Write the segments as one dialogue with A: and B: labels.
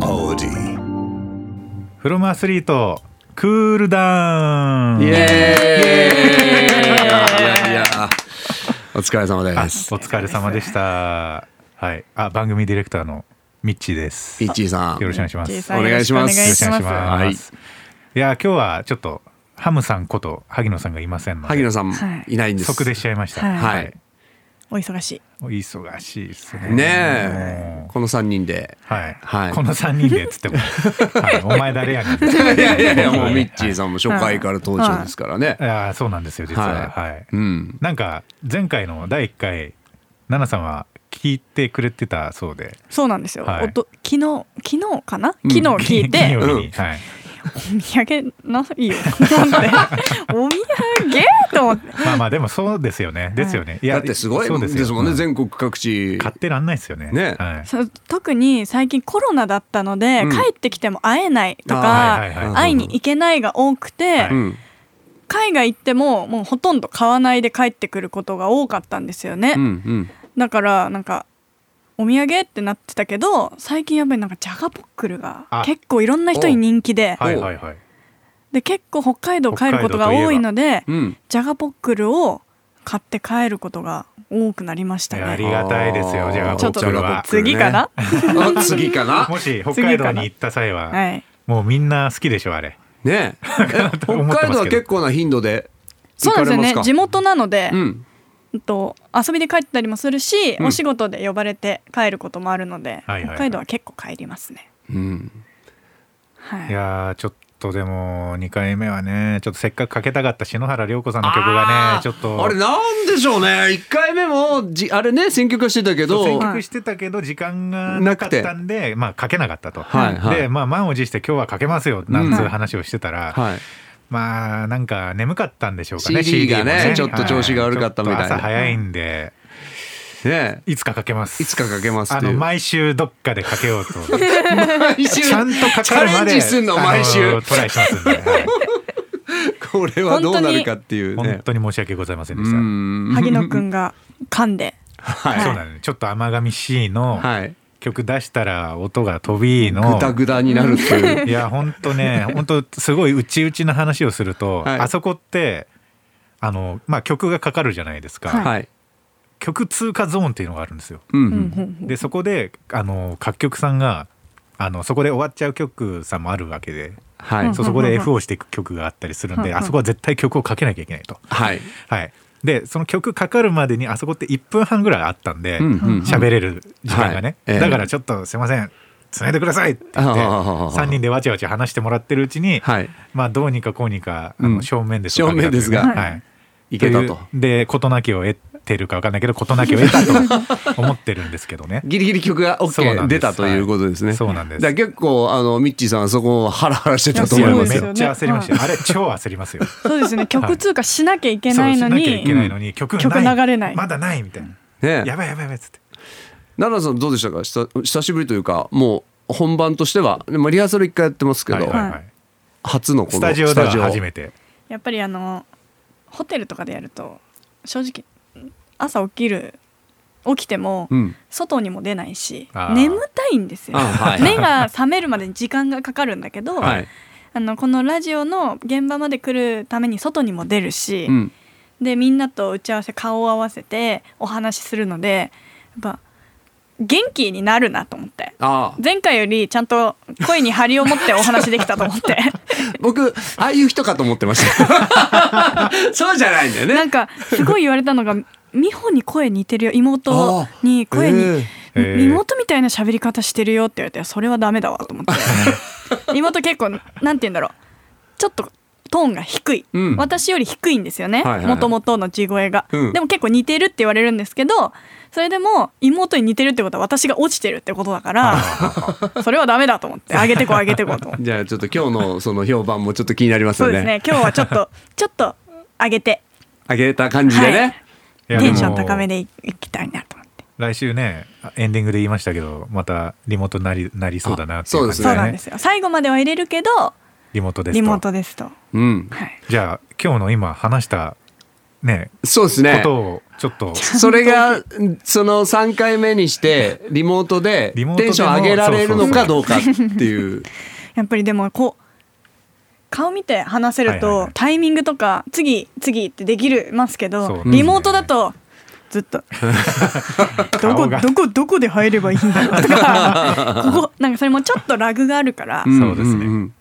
A: Melody.
B: フロムアスリートクールダウン
C: イエーイ
A: イエーイ
C: いやいやお疲れ様です
B: お疲れ様でしたはいあ番組ディレクターのミッチーです
C: ピッチーさん
B: よろしくお願いします
D: ジェイ
B: よ
D: さん
C: お願いします
D: よろ
B: ろしく
D: しく
B: お
D: お
B: 願
D: 願
B: い
D: い
B: しま
D: します
C: はい
B: いや今日はちょっとハムさんこと萩野さんがいませんので
C: 萩野さん
D: はい
C: いないんです
B: 即出しちゃいました
D: はい
C: はい
D: す。お忙しい。
B: お忙しいですね
C: ねえ
B: もう
C: この三人 で
B: はい、
C: はい
B: この三人でっつ っても、はい、お前誰やねん
C: いやいやいやもうミッチーさんも初回から登場ですからね
B: ああそうなんですよ実ははい、
C: うん
B: なんか前回の第一回奈々さんは聞いてくれてたそうで
D: そうなんですよ。
B: はい
D: おと昨日昨日かな？
C: うん
D: 昨日聞い
B: 金
D: て、
B: 曜
D: お
B: 日に
C: うん
B: はい
D: 土産な いよと思って、お土産と思って。
B: まあまあでもそうですよねですよねい
C: だってすご
B: そう
C: い
B: で
C: です
B: よ
C: すもんね
B: う
C: 全国各地
B: 買ってらんないですよね
C: ね
B: はい
D: そう特に最近コロナだったので、
C: うん
D: 帰ってきても会えないと
B: あーはいはい
D: か
B: はい
D: 会いに行けないが多くて、
B: はいううん
D: 海外行ってももうほとんど買わないで帰ってくることが多かったんですよね、
C: うんうん
D: だからなんかお土産ってなってたけど最近やっぱりなんかジャガポックルが
B: あ
D: 結構いろんな人に人気で
B: はいはいはい
D: で結構北海道帰ることが多いので
C: うん
D: ジャガポックルを買って帰ることが多くなりました
B: あり
D: ね
B: がたいですよ
C: あー
B: じゃあ
D: ちょっ
B: 僕
D: と
B: は
C: ジャガポックル
D: 次かな、
C: あ次かな
B: もし北海道に行った際は
D: はい
B: もうみんな好きでしょあれ
C: ねええ北
B: 思って
C: 海
B: ま
C: 道
B: す
C: は
B: けど
C: 結構な頻度で行
D: そうな
C: か
D: ん
C: れ
D: ですよ
C: ます
D: ね
C: か
D: 地元なので、
C: うん
D: うんと遊びで帰ったりもするし、
C: うん
D: お仕事で呼ばれて帰ることもあるので、
B: はいはいはい
D: 北海道は結構帰りますね
C: うん
D: はい
B: いやーちょっとでも2回目はねちょっとせっかくかけたかった篠原涼子さんの曲が
C: あ
B: ね
C: ー
B: ちょっと
C: あれなんでしょうね一回目もじあれね選曲はしてたけ
B: そう選
C: ど
B: 曲してたけど時間がなかったんで、まあ書けなかったと、
C: はいはい
B: でまあ満を持して今日は書けますよなんつう話をしてたら、
C: はい
B: まあなんか眠かったんでしょうかね
C: CD がね
B: も
C: ちょっと調子が悪かったみたいな
B: ちょっと朝早いんで
C: ね
B: いつか書けます
C: いつか書けます
B: あ
C: ってい
B: の
C: う
B: 毎週どっかで書けようと
C: 毎週
B: ちゃんと書
C: チ
B: か
C: ャ
B: る
C: レ
B: ま
C: ン
B: で
C: ジすんの
B: あの
C: 毎週
B: トライしますんで、はい
C: これはどうなるかっていう
B: 本
C: ね
B: 当に申し訳ございませんで
C: う
B: した、
C: ん
D: 萩野くんが噛んで
C: はい
B: そうだねちょっと甘噛み C の
C: はい
B: 曲出したら音が飛びの
C: グダグダになるっていう
B: いや本当ね本当すごい内々の話をすると、
C: はい
B: あそこってあの、まあ、曲がかかるじゃないですか、
D: はい
C: はい
B: 曲通過ゾーンっていうのがあるんですよ。
C: う
D: うん
C: ん
D: うん
B: でそこであの各局さんがあのそこで終わっちゃう曲さんもあるわけで、
C: はい
B: そうそこで F をしていく曲があったりするんで、
D: うんうん
B: あそこは絶対曲をかけなきゃいけないと。
C: はい
B: はい、でその曲かかるまでにあそこって1分半ぐらいあったんで
C: うんうん
B: 喋、れる時間がね、
C: はいええ
B: だからちょっとすいません繋いでくださいって言って
C: あははは
B: 3人でわちゃわちゃ話してもらってるうちに、
C: はい
B: まあどうにかこうにかあ
C: うん
B: の正面ですとか
C: 正面ですが
B: はい
C: いけたと
B: いうで事なきを得てるかわかんないけど事なきを得たと思ってるんですけどね
C: ギリギリ曲が
B: そうな
C: OK
B: んで
C: 出
B: す
C: たということですね
B: はいそうなんです
C: だから結構あのミッチーさんはそこをハラハラしてたと
D: そう
C: 思い
D: なん
C: ま
D: ですす
B: め
D: よ
C: よ
D: ね
B: っちゃ焦りましたよあれ超焦りますよ
D: そうですね曲通過しなきゃいけ
B: そ
D: な
B: う
D: い
B: し
D: の
B: なきゃい
D: に
B: けないのに曲が
D: 曲
B: ない
D: 流れない
B: まだないみたいな
C: ね
B: やばいやばいやばいっつって
C: 奈良さんどうでしたか久久しぶりというかもう本番としてはでもリハーサル一回やってますけ
B: は
C: ど、
B: いはいはい
D: は
C: 初のこの
B: スタジオでは初めて
D: やっぱりあのホテルとかでやると正直朝起きる起きても、
C: うん
D: 外にも出ないし
B: あー
D: 眠たいんですよ、
C: あはい
D: 目が覚めるまでに時間がかかるんだけど、
C: はい、
D: あのこのラジオの現場まで来るために外にも出るし、
C: うん、
D: でみんなと打ち合わせ顔を合わせてお話しするのでやっぱ元気になるなと思って
C: ああ
D: 前回よりちゃんと声に張りを持ってお話できたと思って
C: 僕ああいう人かと思ってました そうじゃないんだよね
D: なんかすごい言われたのが美穂に声似てるよ妹に声に、
C: あー
B: えー
D: み妹みたいな喋り方してるよって言われてそれはダメだわと思って 妹結構なんて言うんだろうちょっとトーンが低い、
C: うん
D: 私より低いんですよね
C: はいはい
D: もともとの地声が、
C: うん
D: でも結構似てるって言われるんですけどそれでも妹に似てるってことは私が落ちてるってことだからそれはダメだと思って上げてこう上げてこうと思って
C: じゃあちょっと今日のその評判もちょっと気になります
D: そ
C: よ
D: う
C: ね
D: ですね今日はちょっ とちょっと上げて
C: 上げた感じでね、
B: いや
D: テ
B: でも
D: ンション高めでいいきたいなと思って
B: 来週ねエンディングで言いましたけどまたリモートになりなりそうだなってい
C: あそうう
B: 感
C: で
B: じ
C: す
B: で
C: ね
B: ね
D: そうなんですよ最後までは入れるけど
B: リモートですと
D: リモートですと
C: うん
D: はい
B: じゃあ今日の今話したね
C: そうですね
B: ことをちょっと
C: それがその3回目にしてリモートで
B: リモートでも
C: テンション上げられるのかどうかっていう
D: やっぱりでもこう顔見て話せる
B: はいはいは
D: と
B: い
D: タイミングとか次次ってできるますけ
B: そう
D: ど
B: ですね
D: リモートだとず っとどこ
B: 顔が
D: どこどこで入ればいいんだろう とかここなんかそれもちょっとラグがあるから
B: そうですね
C: んん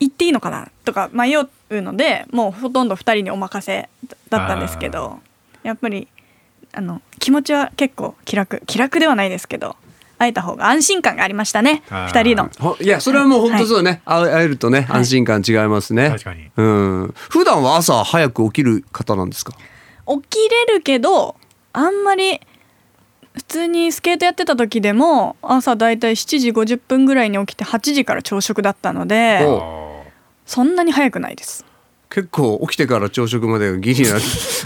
D: 行っていいのかなとか迷うのでもうほとんど2人にお任せだったんですけどやっぱりあの気持ちは結構気楽気楽ではないですけど会えた方が安心感がありましたね
B: あー
D: 2人の。
C: ほいやそれはもう本当そうね、会会えるとね安心感違いますね、
B: 確かに
C: うん普段は朝早く起きる方なんですか
D: 起きれるけどあんまり普通にスケートやってた時でも朝だいたい7時50分ぐらいに起きて8時から朝食だったの
C: お
D: で
B: こう
D: そんなに早くないです
C: 結構起きてから朝食までがギリになる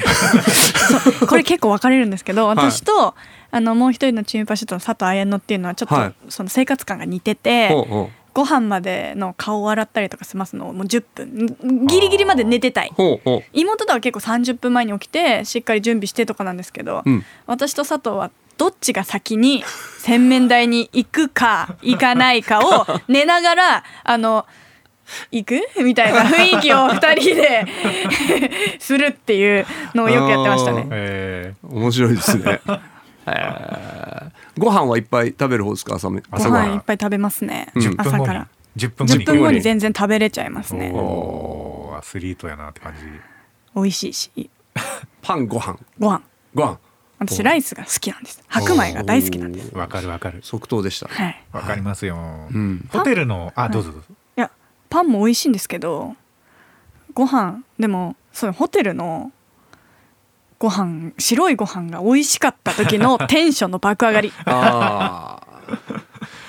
D: これ結構分かれるんですけど私と、あのもう一人のチームパシュートの佐藤綾乃っていうのはちょっと、
C: はい
D: その生活感が似てて
C: ほうほ
D: ご飯までの顔を洗ったりとか済ますのをもう10分ギリギリまで寝てたいう
C: ほうほ
D: 妹とは結構30分前に起きてしっかり準備してとかなんですけど、
C: ううん
D: 私と佐藤はどっちが先に洗面台に行くか行かないか を寝ながらあの行くみたいな雰囲気を二人 で するっていうのをよくやってましたね。
B: えー
C: 面白いです ねえーご飯はいっぱい食べる方ですか朝め
D: ご
C: 朝ごは
D: 飯いっ
C: ん
D: ぱい食べますね。
C: うん
B: 10分
D: 朝
B: 後
D: か
B: に
D: ら
B: 10分後に
D: 10分後に全然食べれちゃいますね。
B: おーアスリートやなって感じ
D: 美味しいし
C: パンご飯
D: ご飯。
C: ご飯
D: 私ライスが好きなんです。白米が大好きなんです。
C: おー
B: わかるわかる
C: 即答でした
D: はい。
B: わかりますよ、
C: うん
B: ホテルのあどうぞどうぞ
D: いやパンも美味しいんですけどご飯でもそうホテルのご飯白いご飯が美味しかった時のテンションの 爆上がり
C: あ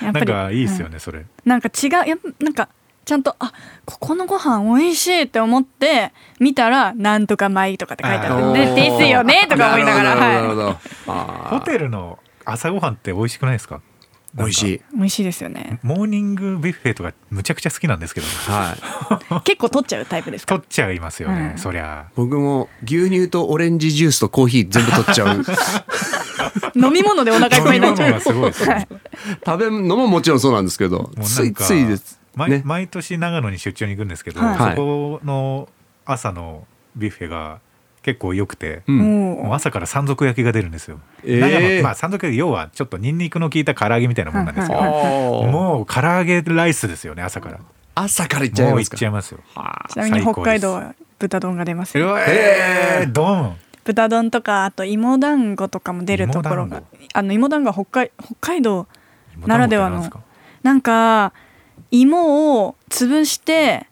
C: あ
D: やっぱ
B: な
D: り
B: んかいいっすよね、それ
D: うんなんか違うやっぱなんかちゃんとあここのご飯美味しいって思って見たら「なんとか米」とかって書いてあるん で
C: お
D: 「
C: ー
D: ですよね」とか思いながら
C: なるほどなるほ
D: は
C: どあー
B: ホテルの朝ごはんって美味しくないですか
C: 美味し
B: なんか
C: い
D: い美味しいですよね
B: モーニングビュッフェとかむちゃくちゃ好きなんですけど
C: はい
D: 結構取っちゃうタイプ ですか
B: 取っちゃいますよね、
D: うん
B: そりゃ
C: 僕も牛乳とオレンジジュースとコーヒー全部取っちゃう
D: 飲み物でお腹いっぱいになっちゃ
B: 飲み物
D: う
B: がすごいですね
D: はい
C: 食べんのももちろんそうなんですけど
B: もう
C: つ
B: なん
C: い
B: か
C: ついです
B: 毎
C: ね
B: 毎年長野に出張に行くんですけど、
D: はい
B: そこの朝のビュッフェが結構良くて、
C: うん
B: も
D: も
B: う
D: う
B: 朝から山賊焼きが出るんですよ、
C: えー
B: 長野まあ山賊焼き要はちょっとニンニクの効いた唐揚げみたいなもんなんですけど、
D: はいはい
C: もう
B: もう唐揚げライスですよね朝から
C: 朝から行っちゃい
B: もう
C: ま
B: いっ
C: すか
B: ちゃいますよ
C: は
D: ちなみに北海道
B: 最
D: は豚丼が出ます
B: う
D: よ
B: わえー、ドン
D: 豚丼とかあと芋団子とかも出るとこ
B: 芋
D: ろが
B: 団
D: あの芋団子は北海北海道ならではの
B: 芋団子って
D: なんか芋を潰して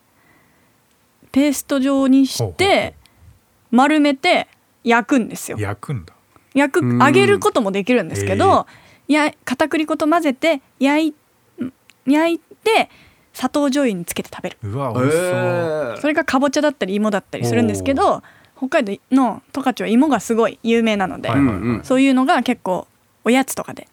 D: ペースト状に
B: ほう
D: し
B: ほうほう
D: て丸めて焼くんですよ
B: 何ですか焼くんだ
D: 焼く
C: うん
D: 揚げることもできるんですけど、や片栗粉と混ぜて焼い焼いて砂糖醤油につけて食べる
B: うわ
C: い
B: 美味しそう、
D: それがかぼちゃだったり芋だったりするんですけど北海道の十勝は芋がすごい有名なので、
B: はいはいはい
D: そういうのが結構おやつとかで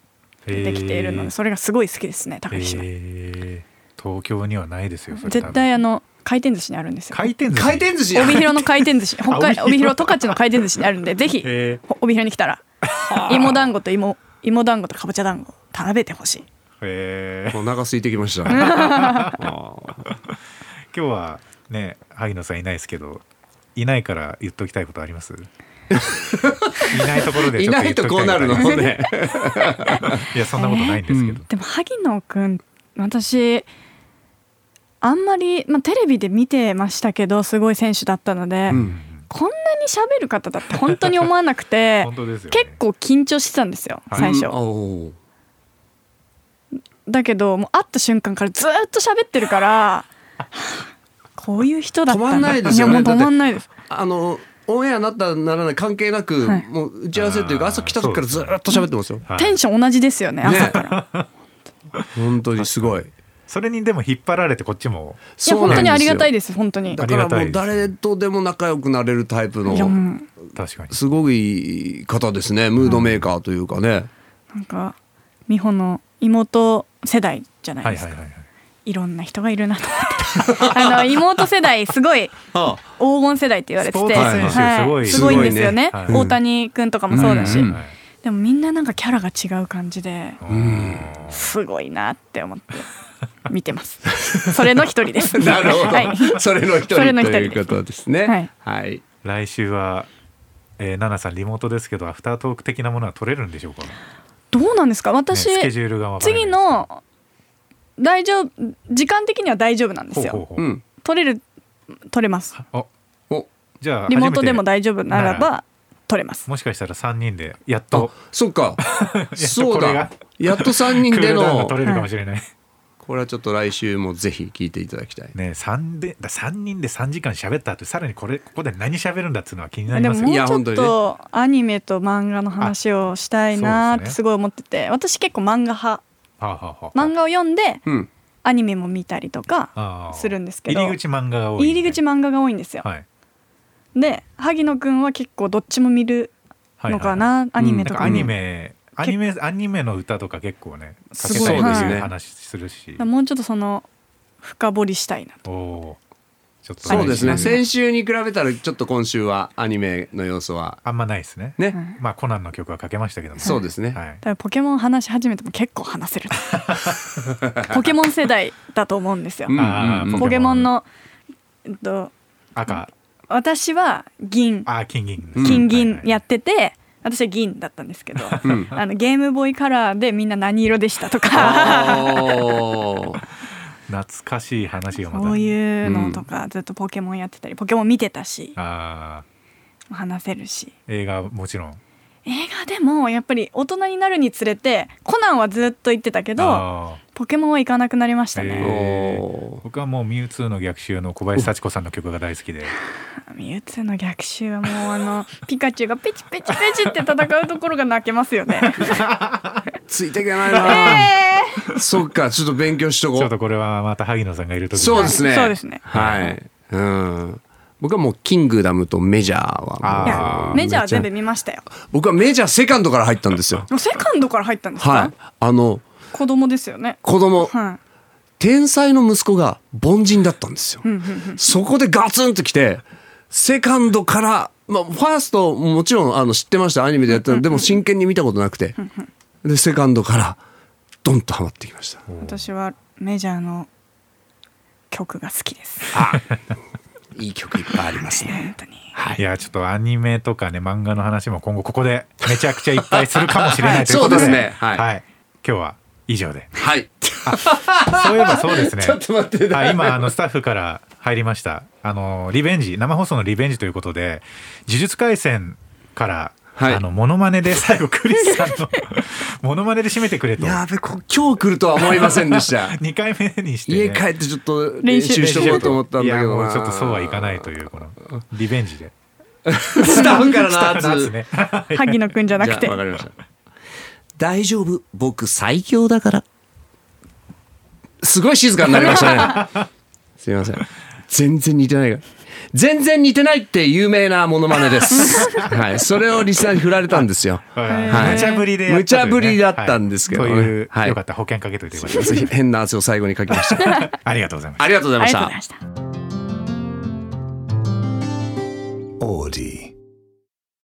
D: 出てきているので、
B: えー
D: それがすごい好きですね高木島、
B: えー東京にはないですよそれ
D: 絶対あの回転寿司にあるんですよ
B: 回転寿司
C: 回転寿司
D: 帯広の回転寿司北 海
B: あ
D: 帯
B: 帯広
D: 広十勝の回転寿司にあるんでぜひ
B: え
D: ほ帯広に来たら芋団子と芋芋団子とかぼちゃ団子食べてほしい
B: ーえー
C: お腹空いてきましたあー
B: 今日はね萩野さんいないですけどいないから言っときたいことあり ますいないところで
C: い
B: ちょっと
C: な
B: 言っ
C: い
B: と
C: と
B: き
C: こ
B: た
C: う
B: いこと
C: な
B: あり
C: る
B: ま
C: の
B: す
C: ね
B: いやそんなことないんですけど、
D: でも萩野くん私あんまり、まあ、テレビで見てましたけどすごい選手だったので、
C: うん
D: こんなに喋る方だって本当に思わなく て、
B: 本当ですよ、ね、
D: 結構緊張してたんですよ
B: はい
D: 最初、
C: うんおー
D: だけどもう会った瞬間からずーっと喋ってるからこういう人だった
C: 止まんないですよね
D: いやもう
C: だっ
D: 止
C: て
D: まんないです
C: あのオンエアなったならない関係なく、
D: はい
C: もう打ち合わせというか
B: あー
C: 朝来た時からずーっと喋ってますよ。
B: はい
D: テンション同じですよね
C: ね
D: 朝から、
C: 本当にすごい。
B: それにでも引っ張られてこっちも
D: いや本当にありがたい
C: で
D: です本当に
C: だから
B: あ
C: もう
B: りがたい
C: 誰とでも仲良くなれるタイプ
D: いや
C: の
D: もう
B: 確かに
C: すごい方ですね。ムードメーカーというかね。
D: なんか美穂の妹世代じゃない
B: は
D: で
B: い
D: すか、
B: はいは
D: い
B: いはい
D: ろんな人がいるなと思ってあの妹世代すごい
C: あ
D: 黄金世代って言われてて、
B: スポー
C: ツ選手
D: はい
B: すごい
D: すごいんですよね
B: すごいねはい
D: 大谷君とかもそうだし、
C: うん
B: はい
D: でもみんななんかキャラが違う感じで
C: うん
D: すごいなって思って見てますそれの一人です
C: なるほど、
D: はい、
C: それの一人
D: それの一人
C: ということですね
D: はい
C: はい
B: 来週は、えー、ナナさんリモートですけどアフタートーク的なものは取れるんでしょうか、ね
D: どうなんですか私、
B: スケジュールがわからない
D: 次の大丈夫時間的には大丈夫なんですよ
B: ほうほう
C: う
B: ほうん
D: 取れる取れます
B: あ
C: お
B: じゃあ
D: リモートで
B: 初め
D: も
B: て
D: 大丈夫なら
B: な
D: ば取れます
B: もしかしたら三人でやっ
C: あ
B: と
C: そっ かそう
B: これが
C: だやっと3
B: クー
C: 人で
B: ルダウンが
C: の
B: 取れるかもしれない、
C: これはちょっと来週もぜひ聞いていただきたい
B: ね三で三人で三時間喋った後さらにこれここで何喋るんだっていうのは気になり
D: で
B: ま
D: も
B: す
D: も
B: よ
D: う
C: い
D: ち
C: や
D: ょ
C: 本
D: っ
C: 当にね
D: とアニメと漫画の話をしたいなーってすごい思ってて私結構漫画派
B: はあはあはあ
D: 漫画を読んで
C: うん
D: アニメも見たりとか
B: ああ
D: するんですけど
B: 入り口漫画が多い、
D: 入り口漫画が多いんですよ
B: はい、はい
D: で萩野くんは結構どっちも見る
B: はい
D: のかなアニメと
B: なんか
D: かも
B: アニメ、アニメアニメの歌とか結構ねかけ
D: すごい
B: たり
D: そうです
B: と
D: ね
B: いう話するし、
D: もうちょっとその深掘りしたいなと
B: おおーちょっと
C: そうですね
B: 来週
C: 先週に比べたらちょっと今週はアニメの要素は
B: あんまないですね
C: ね、
B: まあコナンの曲はかけましたけども
C: そうですね
B: はい
D: だからポケモン話し始めても結構話せる ポケモン世代だと思うんですよ、
C: うん
B: あー
C: うん
D: ポケモンの、えっと、
B: 赤
D: 私は銀
B: あー金銀
C: うん
D: 金銀や
B: っ
D: ってて、私は銀だったんですけど、
C: うん
D: あのゲームボーイカラーでみんな何色でしたとか
C: おー
B: 懐かしい話がまた
D: そういうのとかずっとポケモンやってたりポケモン見てたし
B: あ
D: 話せるし
B: ー映画もちろん
D: 映画でもやっぱり大人になるにつれてコナンはずっと行ってたけど
B: あ
D: ポケモンは行かなくなりました
B: へ
D: ね
B: ー。
C: お
B: ー僕はもうミュウツーの逆襲の小林幸子さんの曲が大好きで
D: ミュウツーの逆襲はもうあ のピカチュウがペチペチペチって戦うところが泣けます よね。
C: ーついていけないな
D: え
C: そっかちょっと勉強しとこ
B: ちょっ
C: う
B: とこれはまた萩野さんがいる時に
C: そうですね
D: そうですね
C: はいうん僕はもうキングダムとメジャー
D: ーい
C: は
D: や
C: もう
D: メジャーは全部
C: めち
D: 見ましたよ。
C: ゃ僕はメジャーセカンドから入ったんですよ
D: セカンドから入ったんですか。
C: はいあの
D: 子供ですよね。
C: 子供
D: は
C: 天才の息子が凡人だったんですよ
D: い。うんうんうん
C: そこでガツンときて、セカンドから、まあ、ファーストもちろんあの知ってました、アニメでやってたのでも真剣に見たことなくて、で、セカンドから、ドンとハマってきました。
D: 私はメジャーの曲が好きです。
C: いい曲いっぱいありますね。
D: 本当に。
B: いやちょっとアニメとかね漫画の話も今後ここでめちゃくちゃいっぱいするかもしれないということで
C: そうですねはい
B: 今日は以上で
C: はい。
B: そういえばそうですね
C: ちょっと待って
B: はい今あのスタッフから入りましたあのリベンジ生放送のリベンジということで呪術廻戦から、
C: はい
B: あのモノマネで最後クリスさんの モノマネで締めてくれと
C: やべ、こ 今日来るとは思いませんでした。
B: 2回目にしてね、
C: 家帰ってちょっと練習しとこうと思ったんだけど
B: いや
C: な。
B: もうちょっとそうはいかないというこのリベンジで
C: スタッフからな、
B: 夏
C: 圧。
B: ね
D: 萩野くんじゃな
C: じゃ
D: くて
C: あわかりました。大丈夫、僕最強だから。すごい静かになりました ね。すいません。全然似てないが。全然似てないって有名なモノマネです。 はい、それをリスナーに振られたんですよ。
B: はい無茶ぶりでやったというね
C: 無茶ぶりだったんですけどね
B: はいそういう
C: はい
B: よかったら保険かけといてくだ さい
C: ぜひ変な汗を最後にかきま した。
B: ありがとうございました
C: ありがとうござい
D: あ
C: ま
D: り
C: し
D: がとうご
C: た
D: ざい。まし
E: Audi.
D: た。